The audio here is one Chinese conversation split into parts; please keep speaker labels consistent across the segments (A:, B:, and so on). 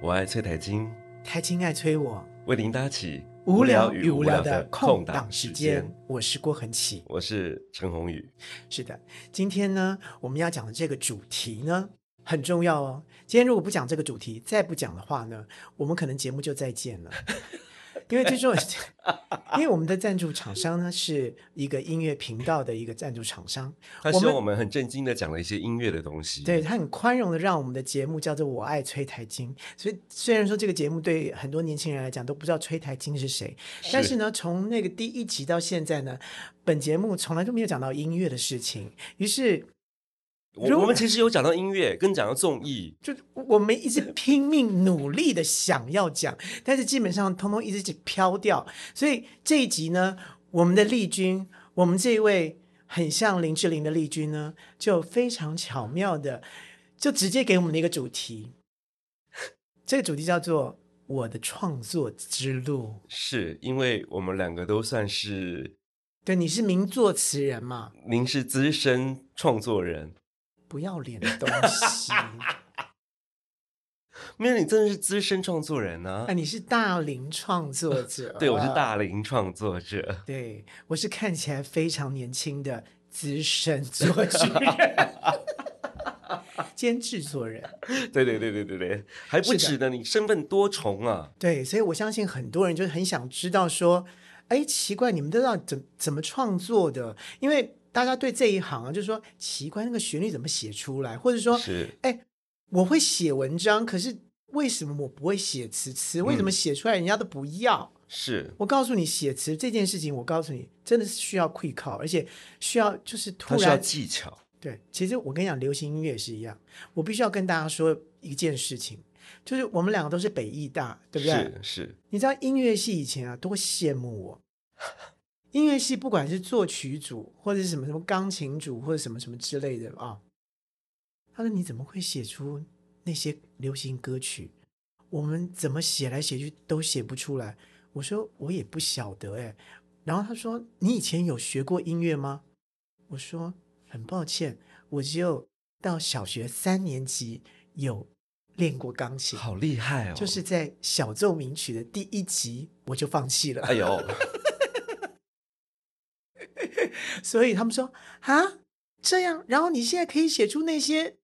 A: 我爱崔台金，
B: 台青爱催我，
A: 为您搭起
B: 无聊与无聊的空档时间，我是郭恒琪。
A: 我是陈宏宇。
B: 是的，今天呢，我们要讲的这个主题呢很重要哦。今天如果不讲这个主题，再不讲的话呢，我们可能节目就再见了。 因为最重要， 因为我们的赞助厂商呢是一个音乐频道的一个赞助厂商，
A: 他希望我们很震惊的讲了一些音乐的东西。
B: 对他很宽容的让我们的节目叫做“我爱崔台金”，所以虽然说这个节目对很多年轻人来讲都不知道崔台金是谁，但是呢，从那个第一集到现在呢，本节目从来都没有讲到音乐的事情，于是如
A: 我
B: 果
A: 我们其实有讲到音乐，跟讲到综艺，
B: 就我们 一直拼命努力的想要讲，但是基本上通通一直飘掉。所以这一集呢，我们的丽君，我们这一位很像林志玲的丽君呢，就非常巧妙的就直接给我们的一个主题， 这个主题叫做“我的创作之路
A: 是因为我们两个都算是，”。
B: 对，你是名作词人嘛？
A: 您是资深创作人，
B: 不要脸的东 西！
A: 没有你真的是资深创作人呢、，
B: 啊，你是大龄创作者
A: 对，我是
B: 哇
A: 大龄创作者，
B: 对，我是看起来非常年轻的资深作曲人，兼制作人。
A: 对对对对对对，还不
B: 是的
A: 止呢，你身份多重啊，
B: 对，所以我相信很多人就是很想知道说，哎，奇怪，你们都知道怎怎么创作的？因为大家对这一行啊，就是说奇怪，那个旋律怎么写出来，或者说哎
A: 是
B: 我会写文章，可是为什么我不会写词？词为什么
A: 嗯
B: 写出来人家都不要？
A: 是，
B: 我告诉你，写词这件事情，我告诉你，真的是需要会考，而且需要就是突
A: 它需要
B: 然
A: 技巧，
B: 对，其实我跟你讲，流行音乐也是一样。我必须要跟大家说一件事情，就是我们两个都是北艺大，对不对？
A: 是是，
B: 你知道音乐系以前啊，多羡慕我。音乐系不管是作曲组或者是什么什么钢琴组或者什么什么之类的啊，他说你怎么会写出那些流行歌曲？我们怎么写来写去都写不出来。我说我也不晓得哎、然后他说你以前有学过音乐吗？我说很抱歉，我只有到小学三年级有练过钢琴。
A: 好厉害哦，
B: 就是在小奏鸣曲的第一集我就放弃了，
A: 哎呦，
B: 所以他们说啊这样，然后你现在可以写出那些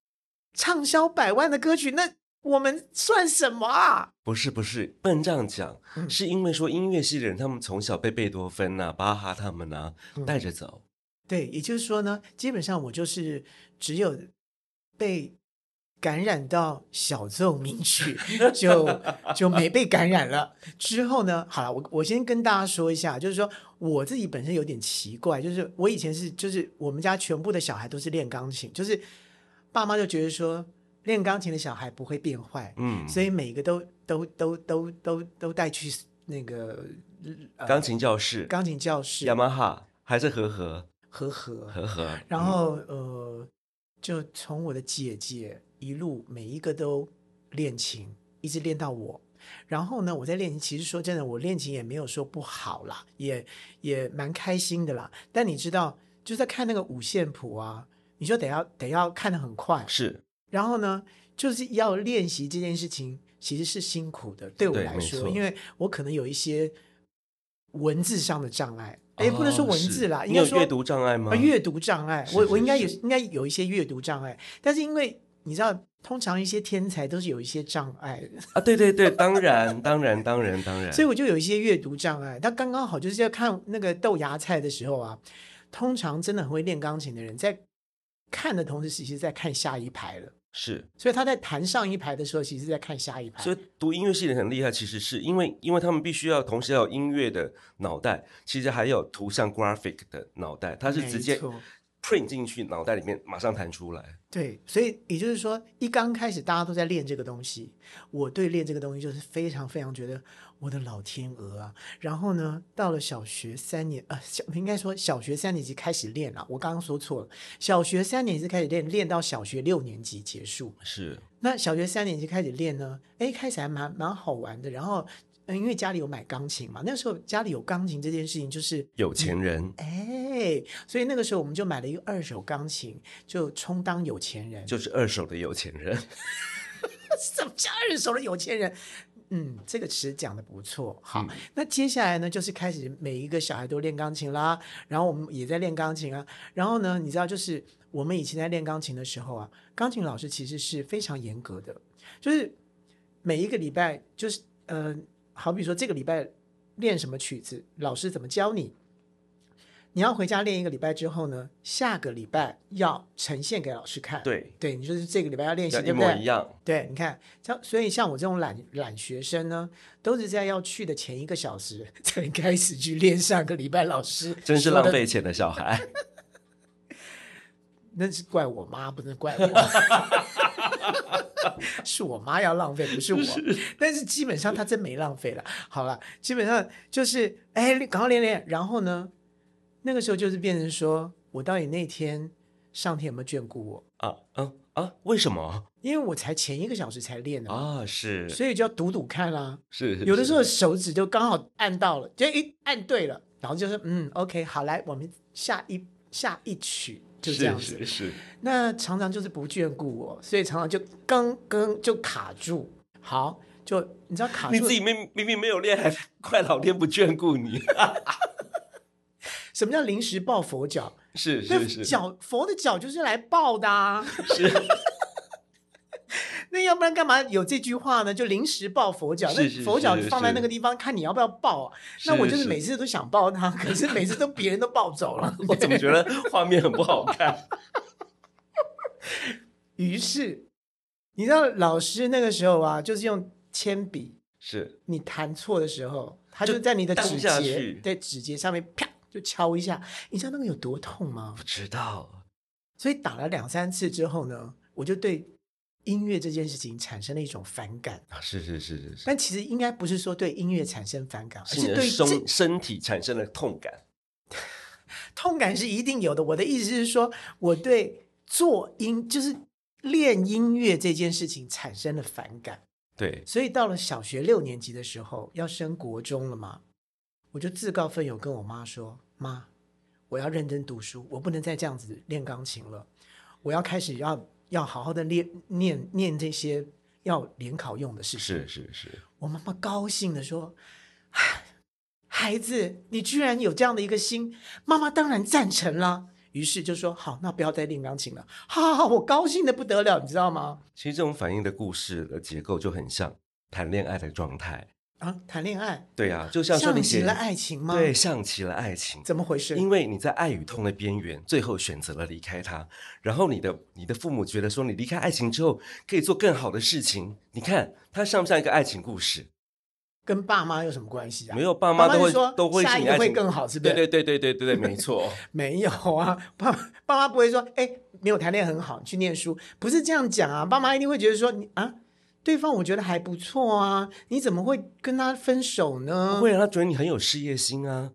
B: 畅销百万的歌曲，那我们算什么啊？
A: 不是不是，不能这样讲，
B: 嗯
A: 是因为说音乐系的人，他们从小被贝多芬呐、巴哈他们呐、
B: 嗯
A: 带着走，
B: 对，也就是说呢，基本上我就是只有被感染到小奏鸣曲，就就没被感染了。之后呢，好了，我我先跟大家说一下，就是说我自己本身有点奇怪，就是我以前是就是我们家全部的小孩都是练钢琴，就是爸妈就觉得说练钢琴的小孩不会变坏，
A: 嗯，
B: 所以每个都都都都都都带去那个
A: 钢琴教室、
B: 呃钢琴教室
A: 雅，马哈还是和和
B: 和和
A: 和和，
B: 然后呃，就从我的姐姐一路每一个都练琴，一直练到我。然后呢，我在练琴，其实说真的，我练琴也没有说不好啦，也也蛮开心的啦。但你知道，就在看那个五线谱啊，你就得要得要看得很快
A: 嗯，是
B: 然后呢，就是要练习这件事情，其实是辛苦的，对我
A: 对
B: 来
A: 没
B: 说，
A: 错
B: 因为我可能有一些文字上的障碍，哎、不
A: 哦
B: 能说文
A: 是
B: 字啦，应
A: 你
B: 该
A: 有
B: 说
A: 阅读障碍吗？
B: 啊，阅读障碍，
A: 是
B: 我
A: 是
B: 我应该有
A: 是
B: 应该有一些阅读障碍，但是因为你知道，通常一些天才都是有一些障碍的，
A: 啊，对对对，当然 当然当然当然，
B: 所以我就有一些阅读障碍。他刚刚好就是在看那个豆芽菜的时候啊，通常真的很会练钢琴的人，在看的同时，其实在看下一排了。
A: 是
B: 所以他在弹上一排的时候，其实在看下一排。
A: 所以读音乐系的人很厉害，其实是因为因为他们必须要同时要有音乐的脑袋，其实还有图像 graphic 的脑袋，它是直接
B: 没错
A: print 进去脑袋里面，马上弹出来，
B: 对，所以也就是说，一刚开始大家都在练这个东西，我对练这个东西就是非常非常觉得我的老天鹅啊！然后呢，到了小学三年，呃，小应该说小学三年级开始练了、我刚刚说错了，小学三年级开始练，练到小学六年级结束。
A: 是
B: 那小学三年级开始练呢，哎，开始还蛮蛮好玩的。然后，嗯，因为家里有买钢琴嘛，那时候家里有钢琴这件事情就是
A: 有钱人。
B: 哎，所以那个时候我们就买了一个二手钢琴，就充当有钱人。
A: 就是二手的有钱人，
B: 什么叫二手的有钱人？嗯，这个词讲的不
A: 嗯
B: 错。好，那接下来呢，就是开始每一个小孩都练钢琴啦，然后我们也在练钢琴啊。然后呢，你知道，就是我们以前在练钢琴的时候啊，钢琴老师其实是非常严格的，就是每一个礼拜，就是呃，好比说这个礼拜练什么曲子，老师怎么教你。你要回家练一个礼拜之后呢，下个礼拜要呈现给老师 看。
A: 对，
B: 对你就是这个礼拜要练习，
A: 要一
B: 对不对
A: 模？一样，
B: 对，你看，像所以像我这种懒懒学生呢，都是在要去的前一个小时 才开始去练上个礼拜老师，
A: 真是浪。费钱的小孩。
B: 那是怪我妈， 不能怪我，是我妈要浪费，不是我。但是基本上她真没浪费了。好了，基本上就是哎，赶快练练。然后呢，那个时候就是变成说我到底那天上天有没有眷顾我？
A: 啊啊啊！为什 么
B: 因为我才前一个小时才练的嘛，
A: 啊？是
B: 所以就要赌赌看啊啦、
A: 是，
B: 有的时候
A: 是
B: 手指就刚好按到了，就一按对了，然后就是嗯，OK，好，来我们下一下一曲就这样子
A: 是。是，
B: 那常常就是不眷顾我，所以常常就刚刚就卡住。好，就你知道卡
A: 你
B: 住
A: 自己明明明没有练，还怪老天不眷顾你。
B: 什么叫临时抱佛脚？
A: 是是
B: 那
A: 是
B: 脚佛的脚就是来抱的啊，
A: 是
B: 那要不然干嘛有这句话呢？就临时抱佛脚，
A: 是是
B: 那佛脚
A: 是
B: 放在那
A: 是
B: 个地方，看你要不要抱啊。那我就是
A: 是
B: 每次都想抱它，可是每次都别人都抱走了。
A: 我怎么觉得 画面很不好看？
B: 于是，你知道老师那个时候啊，就是用铅笔，
A: 是
B: 你弹错的时候，他就在你的
A: 当
B: 指
A: 下去
B: 节，在指节上面啪就敲一下，你知道那个有多痛吗？
A: 不知道
B: 所以打了两三次之后呢，我就对音乐这件事情产生了一种反感。
A: 啊？是是是是是，
B: 但其实应该不是说对音乐产生反感，而
A: 是你
B: 是
A: 的
B: 对这
A: 身身体产生了痛感。
B: 痛感是一定有的。我的意思是说，我对做音就是练音乐这件事情产生了反感。
A: 对，
B: 所以到了小学六年级的时候，要升国中了嘛，我就自告奋勇跟我妈说：“妈，我要认真读书，我不能再这样子练钢琴了，我要开始要要好好的练念念这些要联考用的事情。
A: 是是是，”
B: 我妈妈高兴的说 唉：“孩子，你居然有这样的一个心，妈妈当然赞成啦。”于是就说：“好，那不要再练钢琴了。”好好好，我高兴的不得了，你知道吗？
A: 其实这种反应的故事的结构就很像谈恋爱的状态。
B: 啊，谈恋爱，
A: 对啊，就像说你
B: 嗯极
A: 写
B: 了爱情吗？
A: 对，像极了爱情。
B: 怎么回事？
A: 因为你在爱与痛的边缘，最后选择了离开他。然后你的你的父母觉得说，你离开爱情之后可以做更好的事情。你看它像不像一个爱情故事？
B: 跟爸妈有什么关系啊？
A: 没有，爸妈都
B: 就
A: 会
B: 说
A: 都会
B: 下
A: 请
B: 一
A: 你
B: 个
A: 爱
B: 会
A: 情
B: 更好，是不
A: 对
B: 是？
A: 对对对对对对，没 错，
B: 没有啊， 爸爸妈不会说，哎，没有谈恋爱很好，你去念书，不是这样讲啊。爸妈一定会觉得说，你啊，对方我觉得还不错啊，你怎么会跟他分手呢？
A: 会让他觉得你很有事业心啊，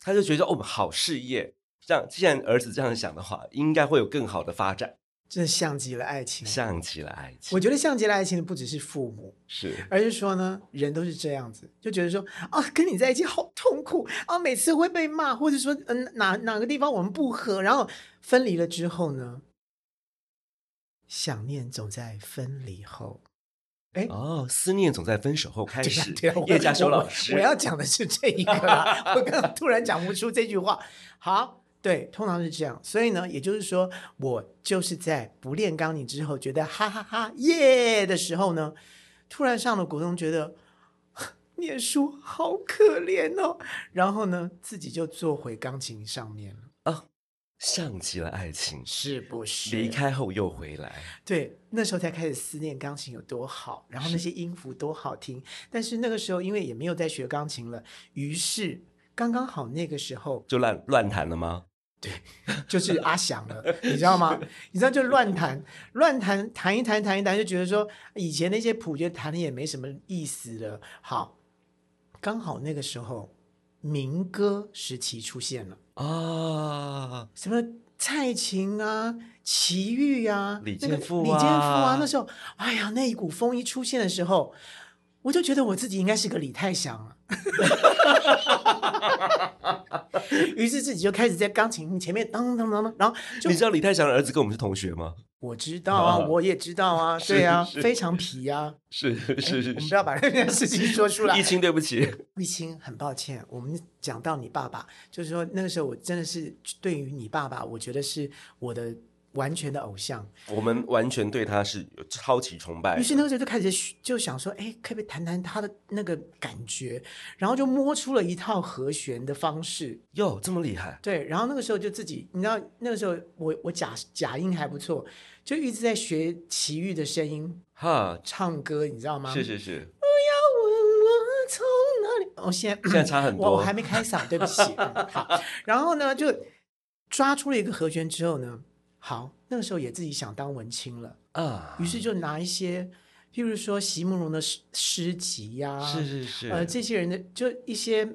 A: 他就觉得哦，好事业。这样，既然儿子这样想的话，应该会有更好的发展。
B: 这像极了爱情。
A: 像极了爱情，
B: 我觉得像极了爱情的不只是父母，
A: 是
B: 而是说呢，人都是这样子，就觉得说啊，跟你在一起好痛苦啊，每次会被骂，或者说嗯、哪哪个地方我们不合，然后分离了之后呢，想念总在分离后。
A: 哦，思念总在分手后开
B: 对呀
A: 始
B: 对呀我。
A: 叶嘉修
B: 我
A: 老师，
B: 我要讲的是这一个啦，我刚刚突然讲不出这句话。好，对，通常是这样，所以呢，也就是说，我就是在不练钢琴之后，觉得哈哈哈耶的时候呢，突然上了国中，觉得呵念书好可怜哦，然后呢，自己就坐回钢琴上面了，
A: 像极了爱情，
B: 是不是？
A: 离开后又回来。
B: 对，那时候才开始思念钢琴有多好，然后那些音符多好听。但是那个时候因为也没有在学钢琴了，于是刚刚好那个时候
A: 就乱乱弹了吗？
B: 就是阿翔了，你知道吗？你知道就乱弹，乱弹弹一弹弹一弹，就觉得说以前那些谱觉得弹的也没什么意思了。好，刚好那个时候民歌时期出现了，
A: 啊，
B: 什么蔡琴啊、齐豫啊、
A: 李
B: 那个
A: 健富
B: 李健富啊
A: 啊，
B: 那时候，哎呀，那一股风一出现的时候，啊我就觉得我自己应该是个李泰祥了。 于是自己就开始在钢琴前面当当当当，然后就
A: 你知道李泰祥的儿子跟我们是同学吗？
B: 我知道啊，
A: 啊
B: 我也知道啊，
A: 是
B: 对啊，
A: 是
B: 非常皮啊，
A: 是是
B: 我们不要把这件事情说出来
A: 一。清，对不起，
B: 玉清，很抱歉，我们讲到你爸爸，就是说那个时候我真的是对于你爸爸，我觉得是我的完全的偶像。
A: 我们完全对他是有超级崇拜
B: 于
A: 的。
B: 是那个时候就开始学就想说，哎，可不可以谈谈他的那个感觉？然后就摸出了一套和弦的方式。
A: 哟，这么厉害，
B: 对，然后那个时候就自己，你知道那个时候我我假假音还不错，就一直在学齐豫的声音
A: 哈，
B: 唱歌，你知道吗？
A: 是是 是，
B: 问我从哪里？我现在嗯
A: 现在差很
B: 我我
A: 多
B: 还。没开嗓，对不起。 嗯好，然后呢，就抓出了一个和弦之后呢，好，那个时候也自己想当文青了，
A: 啊，
B: 于是就拿一些，譬如说席慕容的诗诗集呀、
A: 是是是，
B: 呃，这些人的就一些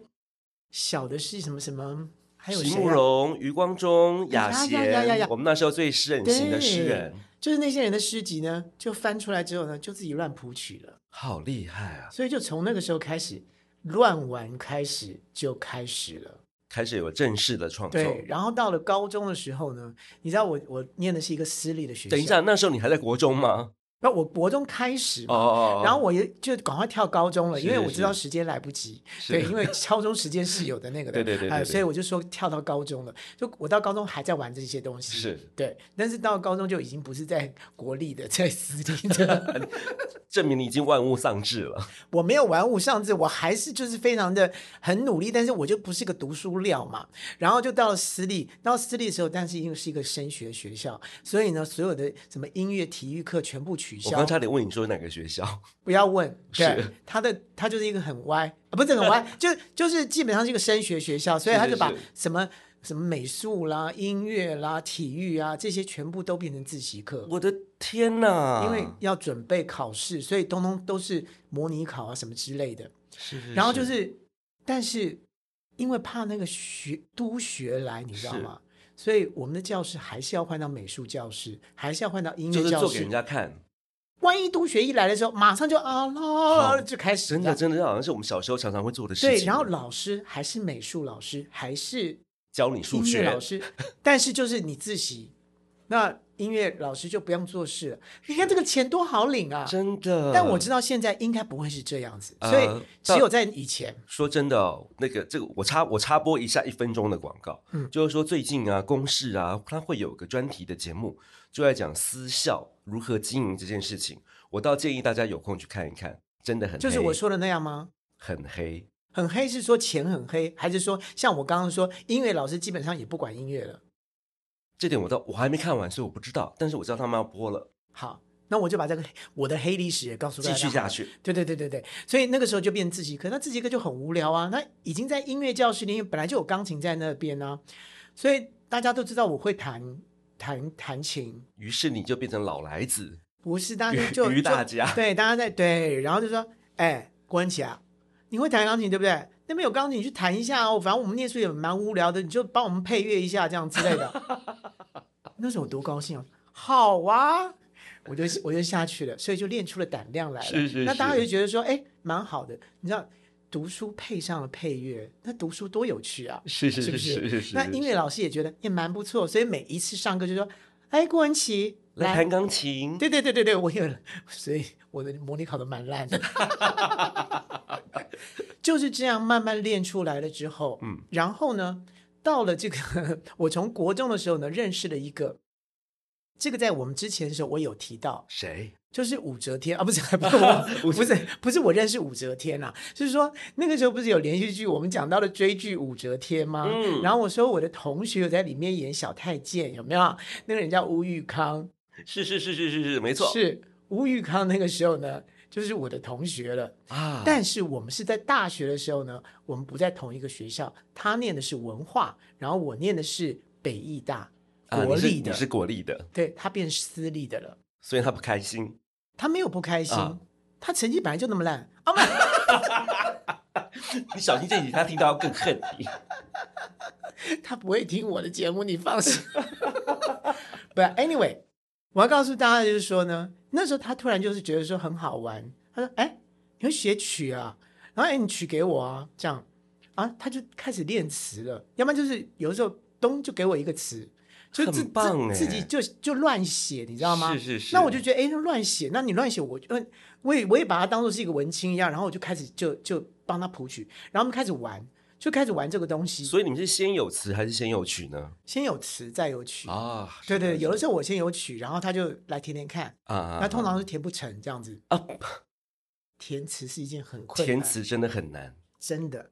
B: 小的是什么什么，还有
A: 席
B: 谁、
A: 慕
B: 啊？
A: 容、余光中、
B: 呀
A: 雅
B: 呀呀呀呀
A: 贤，我们那时候最盛行的诗
B: 对
A: 人，
B: 就是那些人的诗集呢，就翻出来之后呢，就自己乱谱曲了，
A: 好厉害啊！
B: 所以就从那个时候开始，乱玩开始就开始了。
A: 开始有正式的创作。
B: 对，然后到了高中的时候呢，你知道我我念的是一啊个私立的学校，
A: 等一，下，那时候你还在国中吗？
B: 那我国中开始
A: 哦
B: 嘛，
A: 哦，哦
B: 然后我也就赶快跳高中了，因为
A: 是
B: 我
A: 是
B: 知道时间来不及，对，因为高中时间是有的那个
A: 对
B: 的，
A: 对对对
B: 哎
A: 对
B: 所以我就说跳到高中了，就我到高中还在玩这些东西，
A: 是
B: 对，但是到高中就已经不是在国立的，在私立的，
A: 证明你已经万物丧志了。
B: 我没有玩物丧志，我还是就是非常的很努力，但是我就不是个读书料嘛。然后就到了私立，到私立的时候，但是因为是一个升学学校，所以呢，所有的什么音乐、体育课全部取
A: 我
B: 消
A: 刚，差点问你说哪个学校？
B: 不要问。对
A: 是，
B: 他的他就是一个很歪，啊、不是 很歪，就就是基本上是一个升学学校，所以
A: 是
B: 他就是把
A: 是
B: 什么。什么美术啦、音乐啦、体育啊，这些全部都变成自习课，
A: 我的天哪！
B: 因为要准备考试，所以通通都是模拟考啊什么之类的。
A: 是是
B: 然后就是，但是因为怕那个学督学来，你知道
A: 是
B: 吗？所以我们的教室还是要换到美术教室，还是要换到音
A: 就
B: 乐
A: 是
B: 教
A: 做给
B: 室
A: 人。家看，
B: 万一督学一来的时候，马上就啊啦
A: 好
B: 就开始
A: 真的
B: 了。
A: 真的，这好像是我们小时候常常会做的事情。
B: 对，然后老师还是美术老师，还是
A: 教你数
B: 音乐
A: 学，
B: 老 师，但是就是你自习，那音乐老师就不用做事了。你看这个钱多好领啊！
A: 真的。
B: 但我知道现在应该不会是这样子，
A: 呃
B: 所以只
A: 到
B: 有在以前，
A: 说真的、哦，那个这个我插我插播一下一分钟的广告，
B: 嗯
A: 就是说最近啊，公视啊，它会有个专题的节目，就在讲私校如何经营这件事情。我倒建议大家有空去看一看，真的很黑
B: 就是我说的那样吗？
A: 很黑，
B: 很黑是说钱很黑，还是说像我刚刚说，音乐老师基本上也不管音乐了？
A: 这点我倒我还没看完，所以我不知道，但是我知道他们要播了，
B: 好，那我就把这个我的黑历史也告诉大
A: 继
B: 家。
A: 续下。去。
B: 对对对对对，所以那个时候就变自习课，那自习课就很无聊啊。那已经在音乐教室里面本来就有钢琴在那边啊，所以大家都知道我会弹弹弹琴，
A: 于是你就变成老来子，
B: 不是大家
A: 于
B: 就
A: 于大
B: 就
A: 家，
B: 对，大家在对，然后就说：“哎，郭文琪啊，你会弹钢琴对不对？那边有钢琴，你去弹一下哦。反正我们念书也蛮无聊的，你就帮我们配乐一下这样之类的。” 那时候我多高兴啊！好啊，我就我就下去了，所以就练出了胆量来了。
A: 是是
B: 那大家
A: 是
B: 就觉得说：“哎，蛮好的。”你知道，读书配上了配乐，那读书多有趣啊！
A: 是是
B: 是不是
A: 是
B: 那音乐老师也觉得也蛮不错，所以每一次上课就说：“哎，郭文琪，
A: 来弹钢琴，
B: 对对对对对，我有，所以我的模拟考的蛮烂的， 就是这样慢慢练出来了之后，
A: 嗯，
B: 然后呢，到了这个我从国中的时候呢，认识了一个，这个在我们之前的时候我有提到，
A: 谁？
B: 就是武则天啊，不是 不是我不是不是我认识武则天啊，就是说那个时候不是有连续剧我们讲到的追剧武则天吗？
A: 嗯
B: 啊然后我说我的同学有在里面演小太监，有没有？那个人叫吴玉康，
A: 是是是是是是，没错
B: 是吴玉康那个时候呢，就是我的同学了。
A: 啊。
B: 但是我们是在大学的时候呢，我们不在同一个学校，他念的是文化，然后我念的是北艺大
A: 啊，
B: 国
A: 你是
B: 立
A: 你
B: 的，
A: 是国立的，
B: 对他变私立的了。
A: 所以他不开心。
B: 他没有不开心，
A: 啊
B: 他成绩本来就那么烂啊，不
A: 你小心这集，他听到更恨你。
B: 他不会听我的节目，你放心。But anyway，我要告诉大家就是说呢，那时候他突然就是觉得说很好玩，他说：“哎，你会写曲啊？然后哎，你曲给我啊。”这样，啊，他就开始练词了，要不然就是有的时候咚就给我一个词，就自
A: 很棒
B: 自自己
A: 哎
B: 就就乱写，你知道吗？
A: 是是是。
B: 那我就觉得，哎，那乱写，那你乱写，我就呃我也我也把它当做是一个文青一样，然后我就开始就就帮他谱曲，然后我们开始玩，就开始玩这个东西，
A: 所以你们是先有词还是先有曲呢？
B: 先有词再有曲，
A: 啊，
B: 对对，有的
A: 候
B: 时候我先有曲，然后他就来填填看，
A: 啊，
B: 那通常是填不成这样子。
A: 啊，
B: 填词是一件很困难，
A: 填词真的很难。
B: 真的，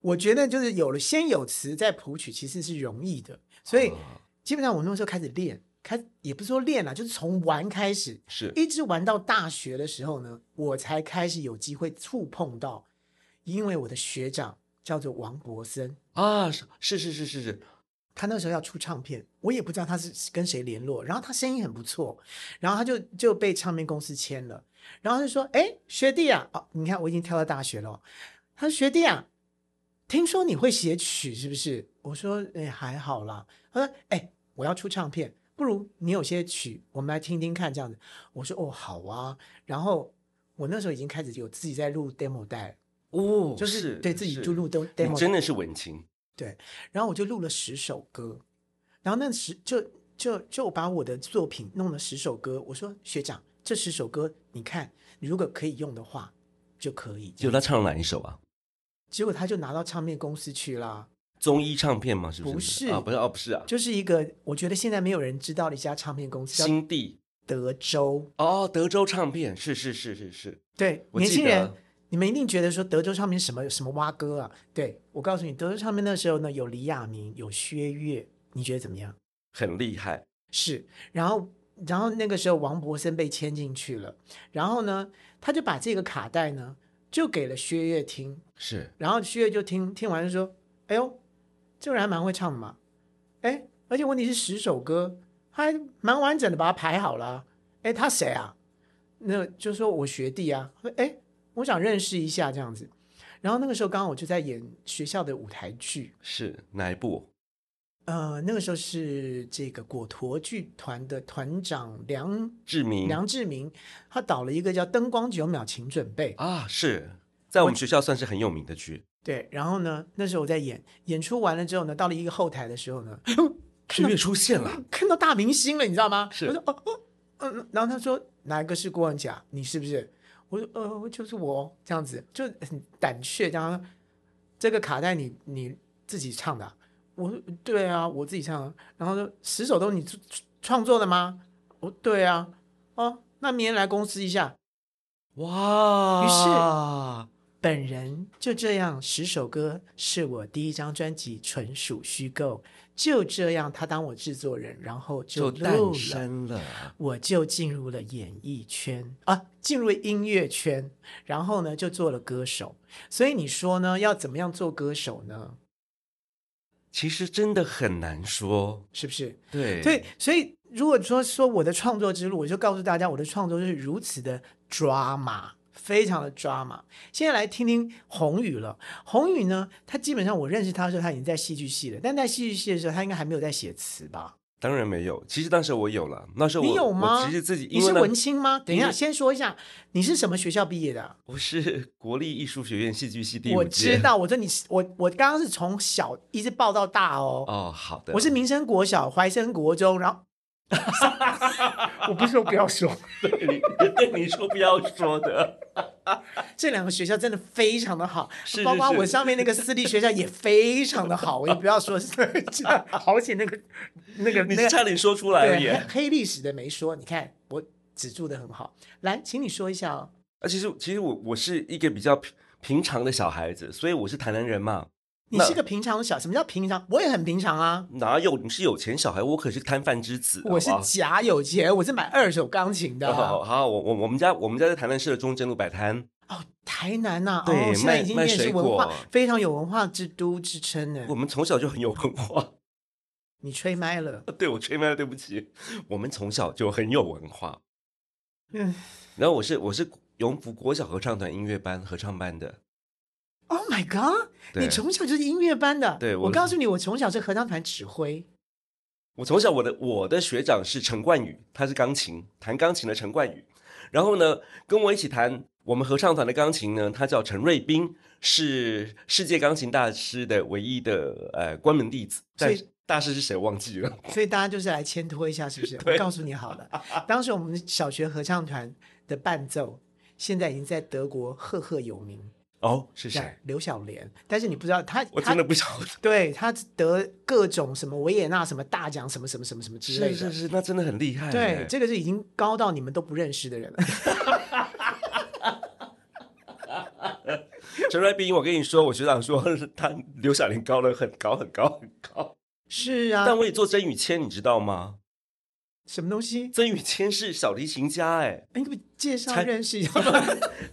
B: 我觉得就是有了先有词再谱曲，其实是容易的。所以
A: 啊
B: 基本上我那时候开始练，开也不是说练啦，就是从玩开始，
A: 是
B: 一直玩到大学的时候呢，我才开始有机会触碰到，因为我的学长叫做王博森，
A: 啊，是是是是是是，
B: 他那时候要出唱片，我也不知道他是跟谁联络，然后他声音很不错，然后他就就被唱片公司签了，然后他就说：“哎，学弟啊，哦，你看我已经跳到大学了哦。”他说：“学弟啊，听说你会写曲是不是？”我说：“哎，还好啦。”他说：“哎，我要出唱片，不如你有些曲，我们来听听看这样子。”我说：“哦，好啊。”然后我那时候已经开始有自己在录 demo 带了，
A: 哦，
B: 就是对自己
A: 是
B: 就录 demo
A: 你
B: demo
A: 真的是文青
B: 然后我就录了十首歌，然后那十就就就把我的作品弄了十首歌。我说学长，这十首歌你看，如果可以用的话就可以。
A: 就他唱了哪一首啊？
B: 结果他就拿到唱片公司去啦，
A: 中医唱片吗？是不是？
B: 不是
A: 啊，不是哦，不是啊，
B: 就是一个我觉得现在没有人知道的一家唱片公司，叫
A: 新地
B: 德州。
A: 哦，德州唱片是是是是是，
B: 对，
A: 我
B: 年
A: 记
B: 轻
A: 得
B: 人。你们一定觉得说德州唱片什么什么蛙哥啊？对我告诉你，德州唱片那时候呢有李亚明，有薛岳，你觉得怎么样？
A: 很厉害
B: 是，然后然后那个时候王博森被签进去了，然后呢，他就把这个卡带呢就给了薛岳听，
A: 是
B: 然后薛岳就听听完就说：“哎呦，这个人还蛮会唱的嘛，哎，而且问题是十首歌，他还蛮完整的把它排好了啊，哎，他谁啊？那就说我学弟啊，他说哎，我想认识一下这样子。”然后那个时候刚好我就在演学校的舞台剧，
A: 是哪一部？
B: 呃，那个时候是这个果陀剧团的团长梁
A: 志明
B: 梁志明，他导了一个叫《灯光九秒，请准备》。
A: 啊，是在我们学校算是很有名的剧，
B: 对，然后呢，那时候我在演，演出完了之后呢，到了一个后台的时候呢，
A: 是月出现了，
B: 看到大明星了，你知道吗？
A: 是
B: 我说哦哦，嗯，嗯然后他说哪一个是郭文甲？你是不是？我说呃，就是我这样子，就很胆怯。然后这个卡带你你自己唱的啊、我说对啊，我自己唱的。然后说十首都是你创创作的吗？我对啊，哦，那明天来公司一下。
A: 哇！
B: 于
A: 是
B: 本人就这样，十首歌是我第一张专辑，纯属虚构。就这样，他当我制作人，然后
A: 就
B: 就录
A: 诞
B: 了，
A: 生了，
B: 我就进入了演艺圈啊，进入了音乐圈，然后呢就做了歌手。所以你说呢，要怎么样做歌手呢？
A: 其实真的很难说，
B: 是不是？
A: 对
B: 所以，所以如果说说我的创作之路，我就告诉大家，我的创作就是如此的抓马，非常的抓马。现在来听听宏宇了。宏宇呢，他基本上我认识他的时候，他已经在戏剧系了，但在戏剧系的时候，他应该还没有在写词吧？
A: 当然没有。其实当时我有了，那时候我
B: 你有
A: 我
B: 吗？
A: 其实自己
B: 你
A: 因为
B: 是
A: 那
B: 文青吗？等一
A: 因
B: 下，
A: 为
B: 先说一下，你是什么学校毕业的啊？
A: 我是国立艺术学院戏剧系第五
B: 我
A: 届。
B: 知道，我说你是，我我刚刚是从小一直报到大哦。
A: 哦，好的，
B: 我是民生国小、怀生国中，然后 我不是说不要说，
A: 对你对你说不要说的，
B: 这两个学校真的非常的好，
A: 是
B: 包括
A: 是
B: 我上面那个私立学校也非常的好，我也不要说是这样 好险那个那个
A: 你
B: 那
A: 是
B: 个
A: 差点说出来了
B: 对
A: 耶
B: 黑。黑历史的没说，你看我止住的很好，来，请你说一下哦，
A: 啊，其实其实我我是一个比较平平常的小孩子，所以我是台南人嘛，
B: 你
A: 那
B: 是个平常的小，什么叫平常？我也很平常啊，
A: 哪有你是有钱小孩，我可是摊贩之子，
B: 我是
A: 好不好
B: 假有钱，我是买二手钢琴的
A: 好好
B: 啊、
A: 好好，我我我们家我们家在台南市的中正路摆摊，
B: 哦，台南呐、
A: 对
B: 哦，现在
A: 卖
B: 已经
A: 卖
B: 变是
A: 水
B: 文化
A: 果
B: 非常有文化之都之称呢
A: 我。们从小就很有文化。
B: 你吹麦了，
A: 对我吹麦了，对不起，我们从小就很有文化。
B: 嗯
A: 然后我是我是永福国小合唱团音乐班合唱班的，
B: ，Oh my god！
A: 对
B: 你从小就是音乐班的，
A: 对
B: 我
A: 我
B: 告诉你，我从小是合唱团指挥，
A: 我从小我的我的学长是陈冠宇，他是钢琴弹钢琴的陈冠宇，然后呢，跟我一起弹我们合唱团的钢琴呢，他叫陈瑞斌，是世界钢琴大师的唯一的呃关门弟子。
B: 所
A: 但
B: 以
A: 是大师是谁忘记了？
B: 所以大家就是来牵拖一 下，是不是？我告诉你好了，当时我们小学合唱团的伴奏，现在已经在德国赫赫有名，
A: 哦，是
B: 像
A: 谁？
B: 刘晓莲。但是你不知道他，
A: 我
B: 他
A: 真的不晓得。
B: 对他得各种什么维也纳什么大奖，什么什么什么什么之类
A: 是
B: 的。
A: 是哎是，那真的很厉害耶。
B: 对，这个是已经高到你们都不认识的人了。
A: 陈瑞斌，我跟你说，我学长说他刘晓玲高了很高很高很高，
B: 是啊，
A: 但我也做曾宇谦，你知道吗？
B: 什么东西？
A: 曾宇谦是小提琴家，哎，
B: 哎，你给我介绍
A: 才
B: 认 识一下吧。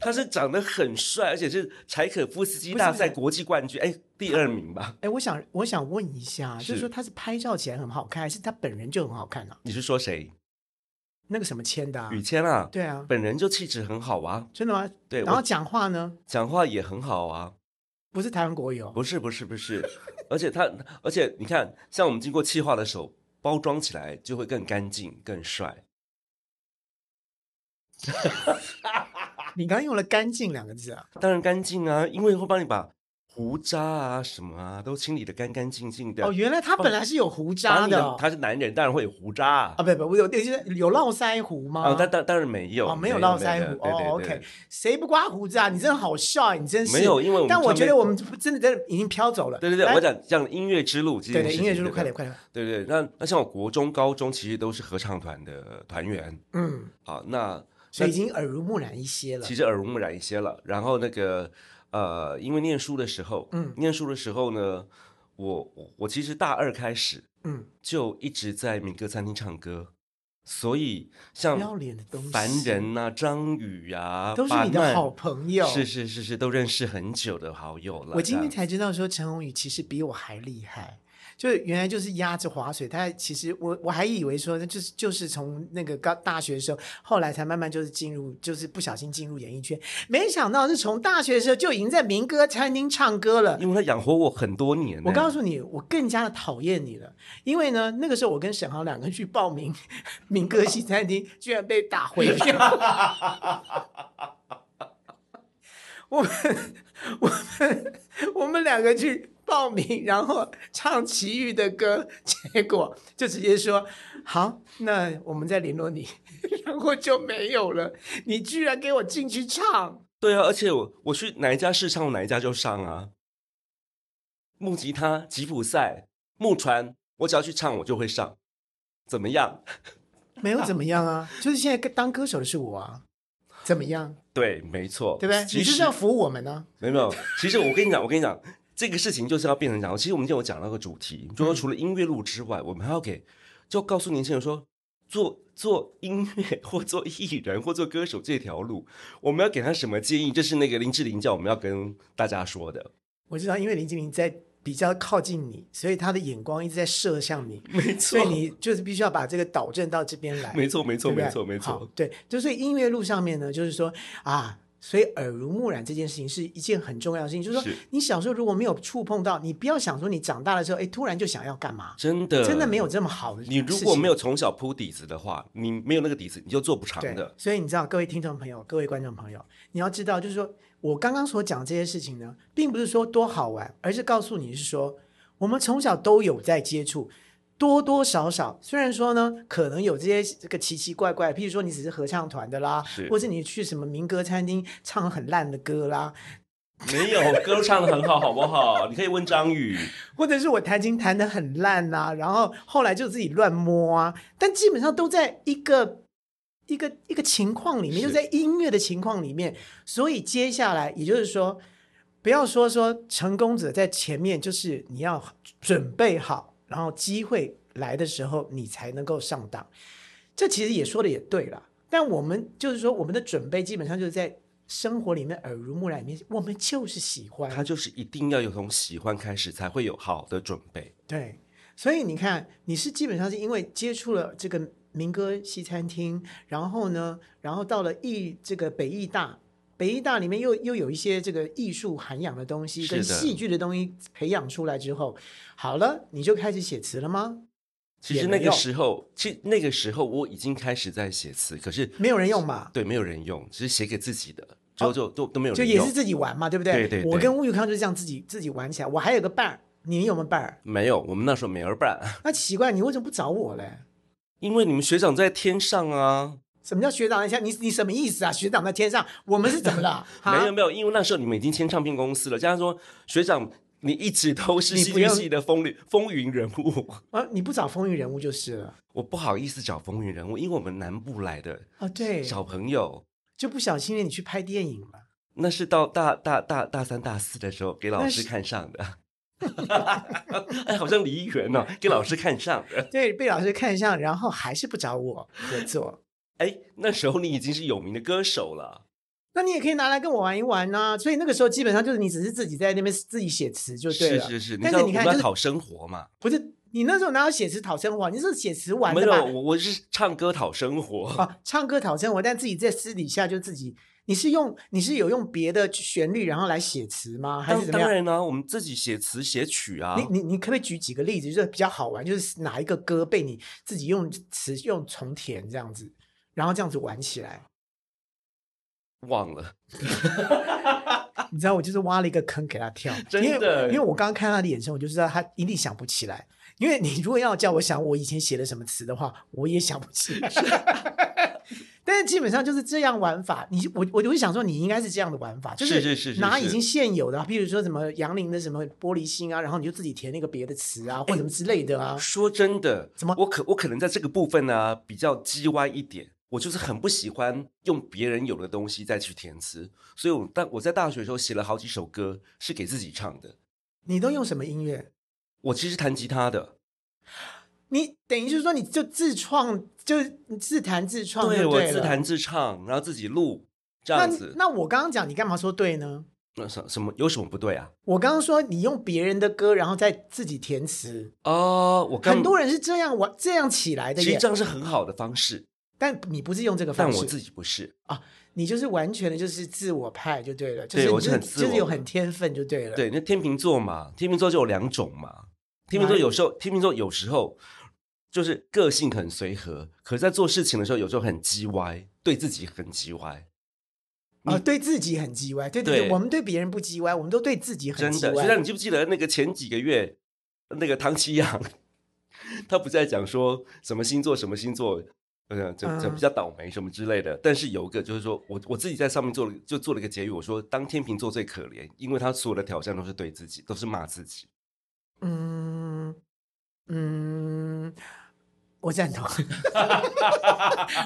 A: 他是长得很帅，而且是柴可夫斯基大赛国际冠军，哎，第二名吧？
B: 哎，我想我想问一下，就是
A: 是
B: 说他是拍照起来很好看，还是他本人就很好看啊？
A: 你是说谁？
B: 那个什么签的、啊？
A: 宇谦啊，
B: 对啊，
A: 本人就气质很好啊，
B: 真的吗？
A: 对，
B: 然后
A: 我
B: 讲话呢，
A: 讲话也很好啊，
B: 不是台湾国语哦，
A: 不是不是不是，而且他，而且你看，像我们经过气化的时候，包装起来就会更干净、更帅。
B: 你刚刚用了“干净”两个字啊，
A: 当然干净啊，因为会帮你把胡渣啊什么啊都清理的干干净净的。
B: 哦，原来他本来是有胡
A: 把
B: 渣
A: 啊你
B: 的
A: 的
B: 哦，
A: 他是男人，当然会有胡渣啊
B: 啊，，不不，我有就是有络腮胡吗？
A: 啊但当当然没有，
B: 哦，没有络
A: 没
B: 腮
A: 有
B: 胡哦
A: 对对
B: ，OK，谁不刮胡子啊？你真的好帅，你真
A: 对
B: 是
A: 没有，。因为我们
B: 但我
A: 唱
B: 觉
A: 片
B: 得我们真的真的已经飘走了。
A: 对对对，
B: 来
A: 我讲讲音乐之路这件
B: 对对
A: 事
B: 音乐之
A: 情
B: 路，
A: 对
B: 快。点
A: 不
B: 快点，
A: 对对对，那那像我国中、高中其实都是合唱团的团员。
B: 嗯，
A: 好，那
B: 所以已经耳濡目染一些了
A: 其。实耳濡目染一些了。然后那个呃，因为念书的时候，
B: 嗯
A: 念书的时候呢，我我我其实大二开始
B: 嗯，
A: 就一直在民歌餐厅唱歌，所以
B: 不要
A: 像
B: 脸的东西，
A: 凡人呐、张宇呀，
B: 都是你
A: 巴
B: 的
A: 曼
B: 好朋友。
A: 是是是是，都认识很久的好友了。
B: 我今天
A: 这样
B: 才知道说陈鸿宇其实比我还厉害，就是原来就是压着划水。他其实我我还以为说那就是就是从那个高大学的时候，后来才慢慢就是进入，就是不小心进入演艺圈。没想到是从大学的时候就已经在民歌餐厅唱歌了。
A: 因为他养活我很多年呢、
B: 我告诉你，我更加的讨厌你了，因为呢，那个时候我跟沈航两个人去报名 民歌西餐厅，居然被打回票。 我们我们我们两个去报名，然后唱齐豫的歌，结果就直接说好，那我们再联络你， 然后就没有了。你居然给我进去唱，
A: 对啊，而且我我去哪一家试唱，我哪一家就上啊。木吉他、吉普赛、木船，我只要去唱，我就会上。怎么样？
B: 没有怎么样啊，就是现在当歌手的是我啊，怎么样？
A: 对，没错，
B: 对不对？
A: 其
B: 你就是
A: 实
B: 要服我们呢、
A: 没有没有，其实我跟你讲，我跟你讲，这个事情就是要变成讲。其实我们今天有讲到个主题，就说除了音乐路之外，我们还要给就告诉年轻人说，做做音乐或做艺人或做歌手这条路，我们要给他什么建议？这是那个林志玲叫我们要跟大家说的。
B: 我知道，因为林志玲在比较靠近你，所以她的眼光一直在射向你，
A: 没
B: 所以你就是必须要把这个导正到这边来。
A: 没错，没错，
B: 对不对
A: 没错，没
B: 好
A: 错。
B: 对，就所以音乐路上面呢，就是说啊，所以耳濡目染这件事情是一件很重要的事情，就是说
A: 是
B: 你小时候如果没有触碰到，你不要想说你长大了之后，哎，突然就想要干嘛，
A: 真的，
B: 真的没有。这么好的事
A: 你
B: 情。
A: 如果没有从小铺底子的话，你没有那个底子，你就做不长
B: 对
A: 的。
B: 所以你知道，各位听众朋友、各位观众朋友，你要知道，就是说我刚刚所讲这些事情呢，并不是说多好玩，而是告诉你是说，我们从小都有在接触。多多少少，虽然说呢，可能有这些这个奇奇怪怪，譬如说你只是合唱团的啦，
A: 是
B: 或是你去什么民歌餐厅唱很烂的歌啦，
A: 没有歌唱的很好，好不好？你可以问张宇。
B: 或者是我弹琴弹得很烂啊，然后后来就自己乱摸啊，但基本上都在一个一个一个情况里面，
A: 是
B: 就在音乐的情况里面。所以接下来，也就是说，不要说说成功者在前面，就是你要准备好，然后机会来的时候，你才能够上当。这其实也说的也对啦，但我们就是说，我们的准备基本上就是在生活里面耳濡目染里面，我们就是喜欢
A: 他就是一定要有从喜欢开始，才会有好的准备。
B: 对，所以你看，你是基本上是因为接触了这个民歌西餐厅，然后呢，然后到了艺这个北艺大，北艺大里面又又有一些这个艺术涵养的东西
A: 是
B: 跟
A: 的
B: 戏剧的东西培养出来之后，好了，你就开始写词了吗？
A: 其实那个时候，其实那个时候我已经开始在写词，可是
B: 没有人用嘛，
A: 对，没有人用，只是写给自己的，之后就都都没有
B: 哦就
A: 人
B: 也
A: 用
B: 是。自己玩嘛，对不
A: 对对对
B: 我跟吴宇康就是这样自己自己玩起来。我还有个伴儿，你有没有伴儿？
A: 没有，我们那时候没有办，
B: 那奇怪，你为什么不找我嘞？
A: 因为你们学长在天上啊，
B: 什么叫学长在天？你你什么意思啊？学长在天上，我们是怎么了？啊 哈
A: 没有没有，因为那时候你们已经签唱片公司了，加上说学长你一直都是
B: 你
A: 戏
B: 不
A: 剧
B: 用
A: 系的风云风云人物，
B: 啊，你不找风云人物就是了。
A: 我不好意思找风云人物，因为我们南部来的
B: 哦，对，
A: 小朋友，
B: 就不小心让你去拍电影了。
A: 那是到大大大大三大四的时候给老
B: 那
A: 师
B: 是
A: 看上 的。哎，好像梨园哦，给老师看上的。
B: 对，被老师看上，然后还是不找我合作。
A: 哎，那时候你已经是有名的歌手了，
B: 那你也可以拿来跟我玩一玩呐、所以那个时候基本上就是你只是自己在那边自己写词就对
A: 是
B: 了。
A: 是是，你
B: 但
A: 知
B: 是
A: 道
B: 你
A: 我们
B: 看就
A: 要
B: 是
A: 讨生活嘛？
B: 不是你那时候哪有写词讨生活？你是写词玩
A: 没
B: 的
A: 有，
B: 嘛？
A: 我我是唱歌讨生活。
B: 啊，唱歌讨生活，但自己在私底下就自己，你是用你是有用别的旋律然后来写词吗？还是
A: 当
B: 怎么
A: 当
B: 样？
A: 然呢、我们自己写词写曲啊。
B: 你你你可不可以举几个例子，就是比较好玩，就是哪一个歌被你自己用词用重填这样子，然后这样子玩起来？
A: 忘了？
B: 你知道，我就是挖了一个坑给他 跳，
A: 啊真的
B: 因为因为我刚刚看他的眼神，我就知道他一定想不起来。因为你如果要叫我想我以前写的什么词的话，我也想不起 来。但是基本上就是这样玩法，你我我就会想说，你应该是这样的玩法，就是
A: 是是是
B: 拿
A: 是
B: 已经现有的，譬如说什么杨林的什么玻璃心啊，然后你就自己填那个别的词啊，或
A: 哎
B: 者什么之类的啊。
A: 说真的，
B: 怎么
A: 我可我可能在这个部分呢、比较叽歪一点，我就是很不喜欢用别人有的东西再去填词，所以我但我在大学的时候写了好几首歌是给自己唱的。
B: 你都用什么音乐？
A: 我其实弹吉他的，
B: 你等于就是说，你就自创，就是你自弹自创就
A: 对
B: 对
A: 我
B: 了
A: 自弹自唱，然后自己录这
B: 那
A: 样子。
B: 那我刚刚讲，你干嘛说对呢？
A: 那什什么有什么不对啊？
B: 我刚刚说你用别人的歌，然后再自己填词，
A: 哦，我刚
B: 很多人是这样玩这样起来的
A: 其实
B: 耶
A: 这。样是很好的方式，
B: 但你不是用这个
A: 但
B: 方式，
A: 我自己不是。
B: 你就是完全的就是自我派就对了，就
A: 对
B: 是
A: 我
B: 你
A: 是
B: 就
A: 很
B: 是
A: 自我
B: 就是有很天分就对了。
A: 对，那天秤座嘛，天秤座就有两种嘛。天秤座有时候，天秤座有时候就是个性很随和，可是在做事情的时候，有时候很叽歪，对自己很叽歪，
B: 啊、
A: 你
B: 对自己很叽歪，对对对，
A: 对
B: 我们对别人不叽歪，我们都对自己很
A: 真
B: 叽
A: 的。学长，
B: 歪
A: 你。记不记得那个前几个月，那个唐奇阳， 他不在讲说什么星座什么星座，呃，这这
B: 嗯
A: 比较倒霉什么之类的。但是有一个就是说我我自己在上面做了就做了一个结语，我说当天秤座最可怜，因为他所有的挑战都是对自己，都是骂自己。
B: 嗯嗯，我赞同，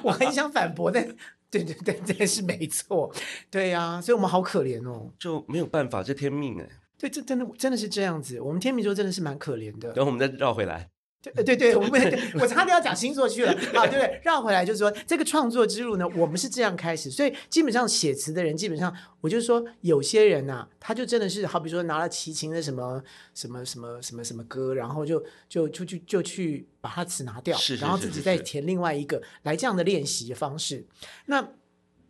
B: 我很想反驳，但对对对，这是没错，对呀、所以我们好可怜哦。
A: 就没有办法，这天命哎、
B: 对，这真的真的是这样子。我们天秤座真的是蛮可怜的。
A: 然后我们再绕回来，
B: 对呃对对，我们我差点要讲星座去了啊！对对，绕回来就是说，这个创作之路呢，我们是这样开始，所以基本上写词的人，基本上我就说，有些人呐、他就真的是好比说拿了齐秦的什么什么什么什么什么歌，然后就就就就就去把它词拿掉，
A: 是是
B: 然后
A: 是
B: 自己
A: 是
B: 再
A: 是
B: 填另外一个来这样的练习方式。那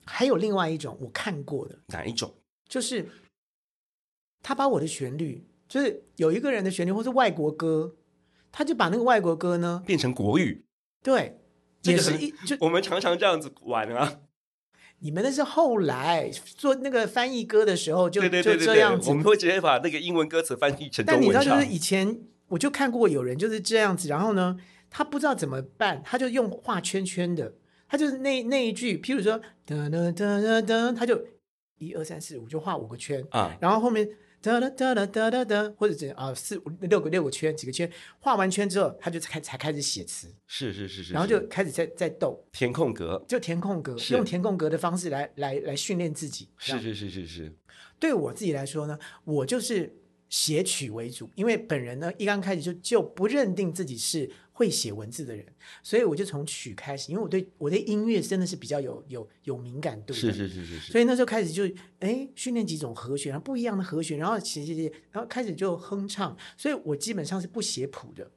B: 还有另外一种我看过的，
A: 哪一种？
B: 就是他把我的旋律，就是有一个人的旋律，或是外国歌，他就把那个外国歌呢，
A: 变成国语？
B: 对，
A: 这
B: 也
A: 个
B: 是
A: 很
B: 一就
A: 我们常常这样子玩啊。
B: 你们那是后来做那个翻译歌的时候就
A: 对对对
B: 就
A: 对
B: 这
A: 对，
B: 样子
A: 我，们会直接把那个英文歌词翻译成
B: 但
A: 中
B: 你知
A: 文
B: 道，就
A: 唱
B: 是。以前我就看过有人就是这样子，然后呢，他不知道怎么办，他就用画圈圈的，他就是那那一句，譬如说噔噔噔噔噔，他就一二三四五就画五个圈，
A: 啊，
B: 然后后面哒哒哒哒哒哒哒，或者是啊四五六个六个圈几个圈，画完圈之后，他就开才开始写词，
A: 是是是是，
B: 然后就是开始在在斗，
A: 填空格，
B: 就填空格，
A: 是
B: 用填空格的方式来来来训练自己。这
A: 是
B: 样
A: 是是是是，
B: 对我自己来说呢，我就是写曲为主，因为本人呢一刚开始就就不认定自己是会写文字的人，所以我就从曲开始，因为我对我对音乐真的是比较有有有敏感度的。
A: 是是是是是，
B: 所以那时候开始就哎训练几种和弦，然后不一样的和弦，然后写写写，然后开始就哼唱。所以我基本上是不写谱的，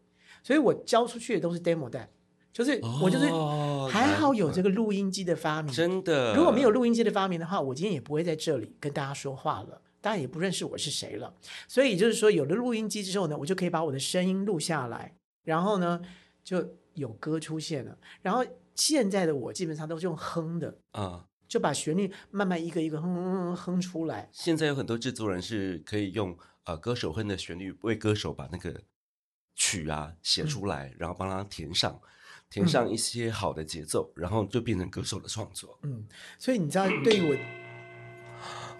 B: 所以我交出去的都是 demo 带，就是我就是
A: 哦
B: 还好有
A: 难
B: 这个录音机的发明
A: 怪。真的，
B: 如果没有录音机的发明的话，我今天也不会在这里跟大家说话了。大家也不认识我是谁了，所以就是说，有了录音机之后呢，我就可以把我的声音录下来，然后呢，就有歌出现了。然后现在的我基本上都是用哼的，
A: 啊。
B: 就把旋律慢慢一个一个哼哼哼哼出来。
A: 现在有很多制作人是可以用呃歌手哼的旋律为歌手把那个曲啊
B: 嗯
A: 写出来，然后帮他填上，填上一些好的节奏，然后就变成歌手的创作。
B: 嗯，所以你知道，对于我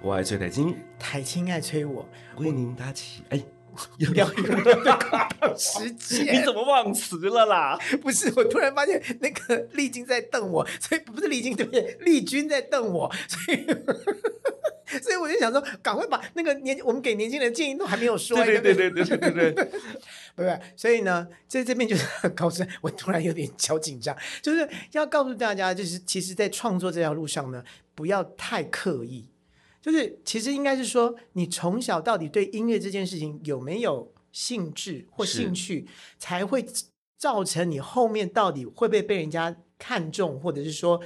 A: 我爱崔台金，
B: 台青爱催 我，
A: 为您打起。哎，
B: 要有那个时间。
A: 你怎么忘词了啦？
B: 不是，我突然发现那个丽晶在瞪我，所以不是丽晶，对不对？丽君在瞪我，所以所以我就想说，赶快把那个年我们给年轻人建议都还没有说，
A: 对对
B: 不
A: 对对对对 对，
B: 不是，所以呢，在这边就是 很高深，我突然有点小紧张，就是要告诉大家，就是其实，在创作这条路上呢，不要太刻意，就是其实应该是说，你从小到底对音乐这件事情有没有兴致或
A: 是
B: 兴趣，才会造成你后面到底会不会被人家看中，或者是说。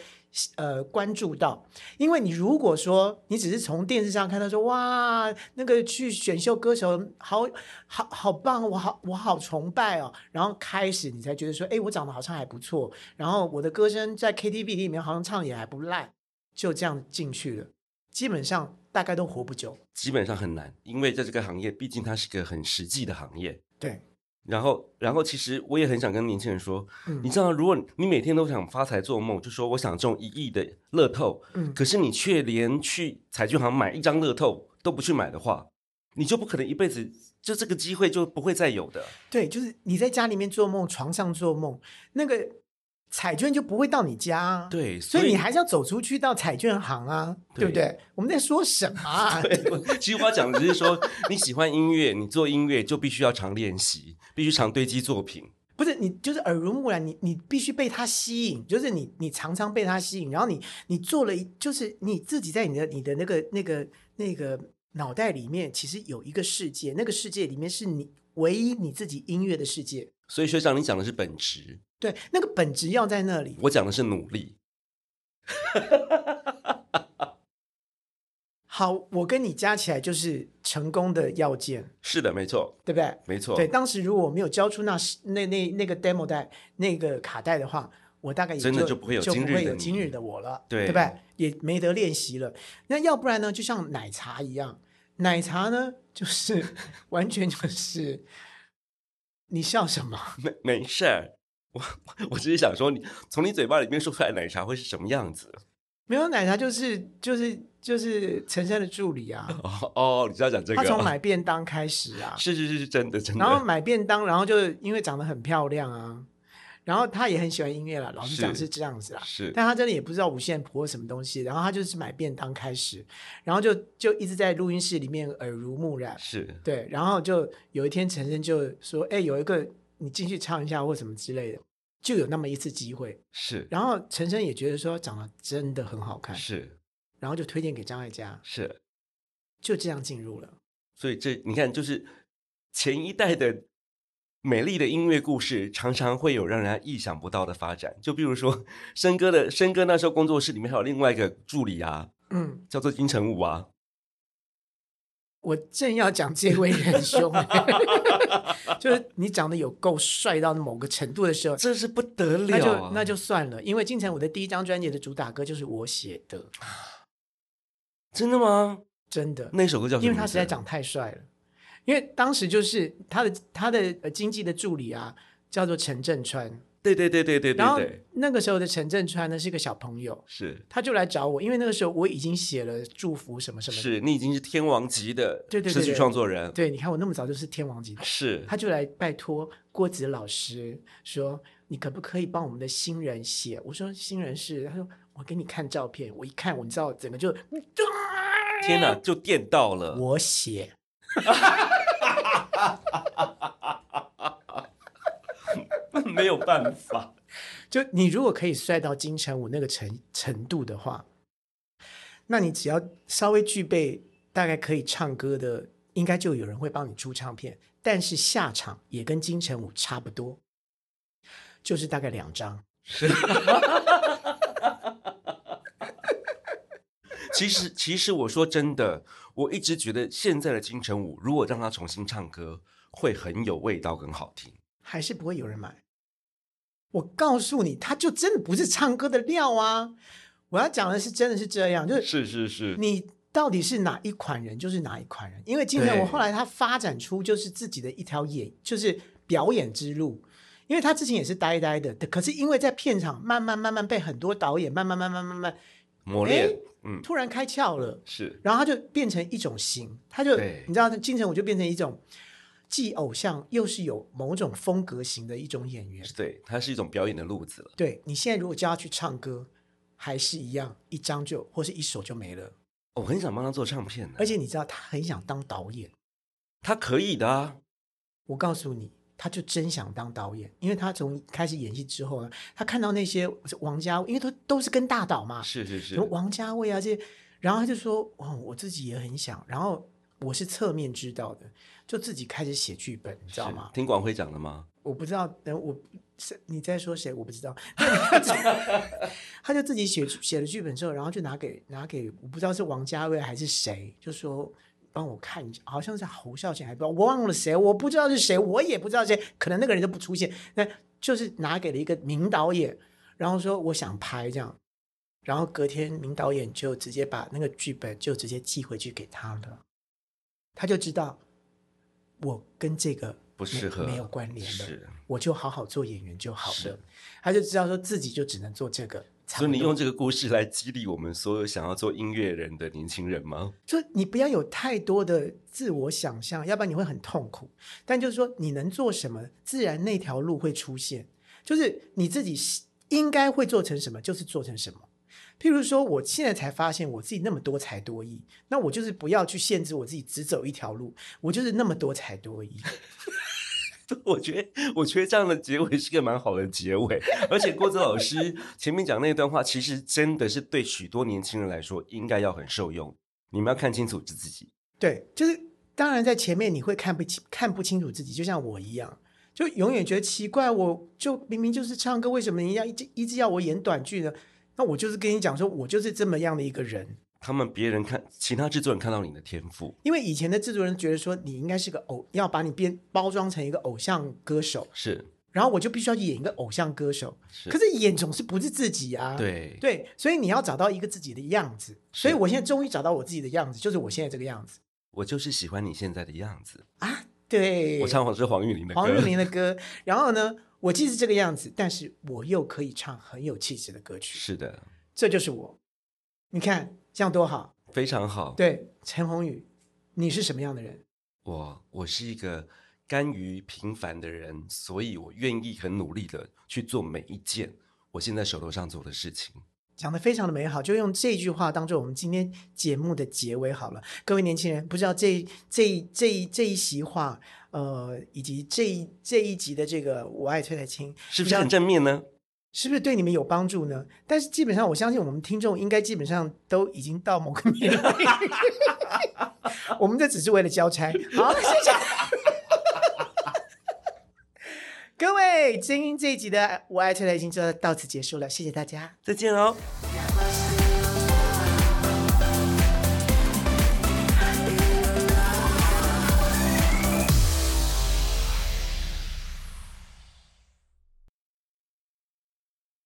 B: 呃，关注到，因为你如果说你只是从电视上看到说哇，那个去选秀歌手好好好棒，我好我好崇拜哦。然后开始你才觉得说，哎，我长得好像还不错，然后我的歌声在 KTV 里面好像唱也还不赖，就这样进去了。基本上大概都活不久。
A: 基本上很难，因为在这个行业，毕竟它是个很实际的行业。
B: 对，
A: 然后，然后，其实我也很想跟年轻人说，
B: 嗯
A: 你知道，如果你每天都想发财做梦，就说我想中一亿的乐透，
B: 嗯
A: 可是你却连去彩券行买一张乐透都不去买的话，你就不可能一辈子就这个机会就不会再有的。
B: 对，就是你在家里面做梦，床上做梦，那个彩券就不会到你家、啊。。
A: 对，
B: 所以你还是要走出去到彩券行啊，对不
A: 对
B: 对？我们在说什么、 啊？
A: 对， 其实我要讲的只是说，你喜欢音乐，你做音乐就必须要常练习，必须常堆积作品。
B: 不是你就是耳濡目染，你你必须被它吸引，就是你你常常被它吸引，然后你你做了一，就是你自己在你的你的那个那个那个脑袋里面，其实有一个世界，那个世界里面是你唯一你自己音乐的世界，
A: 所以学长，你讲的是本质，
B: 对，那个本质要在那里。
A: 我讲的是努力。
B: 好，我跟你加起来就是成功的要件，
A: 是的，没错，
B: 对不对？
A: 没错。
B: 对，当时如果我没有交出那十那那那个 demo 带那个卡带的话，我大概也
A: 真的
B: 就
A: 就不会有
B: 就
A: 今
B: 不
A: 日
B: 会
A: 的
B: 有
A: 你
B: 今日的我了，
A: 对
B: 对吧？也没得练习了。那要不然呢，就像奶茶一样，奶茶呢就是 完全就是你笑什么？
A: 没 没事儿，我 我只是想说你，从你嘴巴里面说出来奶茶会是什么样子？
B: 没有奶茶就是就是就是陈山的助理啊，
A: 哦哦，你是要 讲这个？，
B: 他从买便当开始啊
A: 是是是是真的真的。
B: 然后买便当，然后就因为长得很漂亮啊，然后他也很喜欢音乐啦，老实讲
A: 是
B: 是这样子啦。
A: 是
B: 但他真的也不知道五线谱或什么东西，然后他就是买便当开始，然后就就一直在录音室里面耳濡目染，
A: 是
B: 对，然后就有一天陈升就说：“哎，有一个你进去唱一下或什么之类的。”就有那么一次机会，
A: 是
B: 然后陈升也觉得说长得真的很好看，
A: 是
B: 然后就推荐给张艾嘉，
A: 是，
B: 就这样进入了。
A: 所以这你看，就是前一代的美丽的音乐故事，常常会有让人家意想不到的发展。就比如说申哥的申哥那时候工作室里面还有另外一个助理啊，
B: 嗯，
A: 叫做金城武啊，
B: 我正要讲这位仁兄，就是你长得有够帅到某个程度的时候，
A: 这是不得
B: 那
A: 了、啊
B: 就那就算了，因为金城武的第一张专辑的主打歌就是我写的，
A: 真的吗？
B: 真的，
A: 那首歌叫什么名字？
B: 因为他实在长太帅了。因为当时就是他的他的呃经济的助理啊，叫做陈振川，
A: 对对对对对
B: 然
A: 对
B: 后
A: 对，
B: 那个时候的陈振川呢是个小朋友，
A: 是。
B: 他就来找我，因为那个时候我已经写了祝福什么什么的，
A: 是你已经是天王级的
B: 对对对
A: 词曲
B: 对
A: 创作人，
B: 对，你看我那么早就是天王级的，
A: 是
B: 他就来拜托郭子老师说：“你可不可以帮我们的新人写？”我说：“新人是。”他说：“我给你看照片。”我一看，我知道整个就
A: 天哪，就电到了，
B: 我写，
A: 没有办法。
B: 就你如果可以帅到金城武那个程程度的话，那你只要稍微具备大概可以唱歌的，应该就有人会帮你出唱片。但是下场也跟金城武差不多，就是大概两张。
A: 其实，其实我说真的，我一直觉得现在的金城武，如果让他重新唱歌，会很有味道，更好听。
B: 还是不会有人买。我告诉你，他就真的不是唱歌的料啊！我要讲的是，真的是这样，就是
A: 是是是，
B: 你到底是哪一款人，就是哪一款人。因为金城武
A: 对
B: 后来他发展出就是自己的一条演，就是表演之路。因为他之前也是呆呆的，可是因为在片场慢慢慢慢被很多导演慢慢慢慢慢慢
A: 磨
B: 哎
A: 练，嗯，
B: 突然开窍了，
A: 是
B: 然后他就变成一种型，他就
A: 对
B: 你知道，金城武就变成一种既偶像又是有某种风格型的一种演员。
A: 是对，它是一种表演的路子了。
B: 对你现在如果叫他去唱歌，还是一样，一张就或是一首就没了。
A: 哦我很想帮他做唱片的，
B: 而且你知道，他很想当导演。
A: 他可以的啊，
B: 我告诉你，他就真想当导演，因为他从开始演戏之后呢，他看到那些王家，因为都都是跟大导嘛，
A: 是是
B: 什
A: 是
B: 么，王家卫啊这些，然后他就说，哦，我自己也很想，然后我是侧面知道的，就自己开始写剧本，你知道
A: 是
B: 吗？
A: 听广辉讲的吗？
B: 我不知道，等我是你在说谁，我不知 道。他就自己写写了剧本之后，然后就拿给拿给我不知道是王家卫还是谁，就说帮我看一下，好像是侯孝贤还不知道，我忘了谁，我不知道是谁，我也不知道谁，可能那个人都不出现，那就是拿给了一个名导演，然后说我想拍这样，然后隔天名导演就直接把那个剧本就直接寄回去给他了，他就知道我跟这个
A: 不
B: 没
A: 适合，
B: 没有关联的。
A: 是，
B: 我就好好做演员就好了
A: 是。
B: 他就知道说自己就只能做这个。差
A: 所以
B: 不
A: 你
B: 多
A: 用这个故事来激励我们所有想要做音乐人的年轻人吗？
B: 就你不要有太多的自我想象，要不然你会很痛苦。但就是说，你能做什么，自然那条路会出现。就是你自己喜应该会做成什么，就是做成什么。譬如说，我现在才发现我自己那么多才多艺，那我就是不要去限制我自己只走一条路，我就是那么多才多艺。
A: 我觉得，我觉得这样的结尾是个蛮好的结尾。而且郭泽老 师前面讲那段话，其实真的是对许多年轻人来说，应该要很受用。你们要看清楚自己。
B: 对，就是当然在前面你会看不清看不清楚自己，就像我一样，就永远觉得奇怪，我就明明就是唱歌，为什么人家一直一直要我演短剧呢？那我就是跟你讲说，我就是这么样的一个人。
A: 他们别人看，其他制作人看到你的天赋，
B: 因为以前的制作人觉得说你应该是个偶，要把你变包装成一个偶像歌手，
A: 是
B: 然后我就必须要演一个偶像歌手，
A: 是
B: 可是演总是不是自己啊。
A: 对
B: 对，所以你要找到一个自己的样子。所以我现在终于找到我自己的样子，就是我现在这个样子
A: 我就是喜欢你现在的样子。
B: 啊。对，
A: 我唱的是黄韵玲的歌，
B: 黄韵玲的歌。然后呢，我既是这个样子，但是我又可以唱很有气质的歌曲，
A: 是的，
B: 这就是我。你看这样多好。
A: 非常好。
B: 对，陈鸿宇，你是什么样的人？
A: 我我是一个甘于平凡的人，所以我愿意很努力的去做每一件我现在手头上做的事情。
B: 讲的非常的美好，就用这句话当做我们今天节目的结尾好了。各位年轻人，不知道这这这这一席话，呃，以及这一这一集的这个“我爱崔太清”，
A: 是不是很正面呢？
B: 是不是对你们有帮助呢？但是基本上，我相信我们听众应该基本上都已经到某个年龄， 我们这只是为了交差。好，谢谢。各位，今天这一集的《我爱崔莱已经就到此结束了，谢谢大家。
A: 再见哦。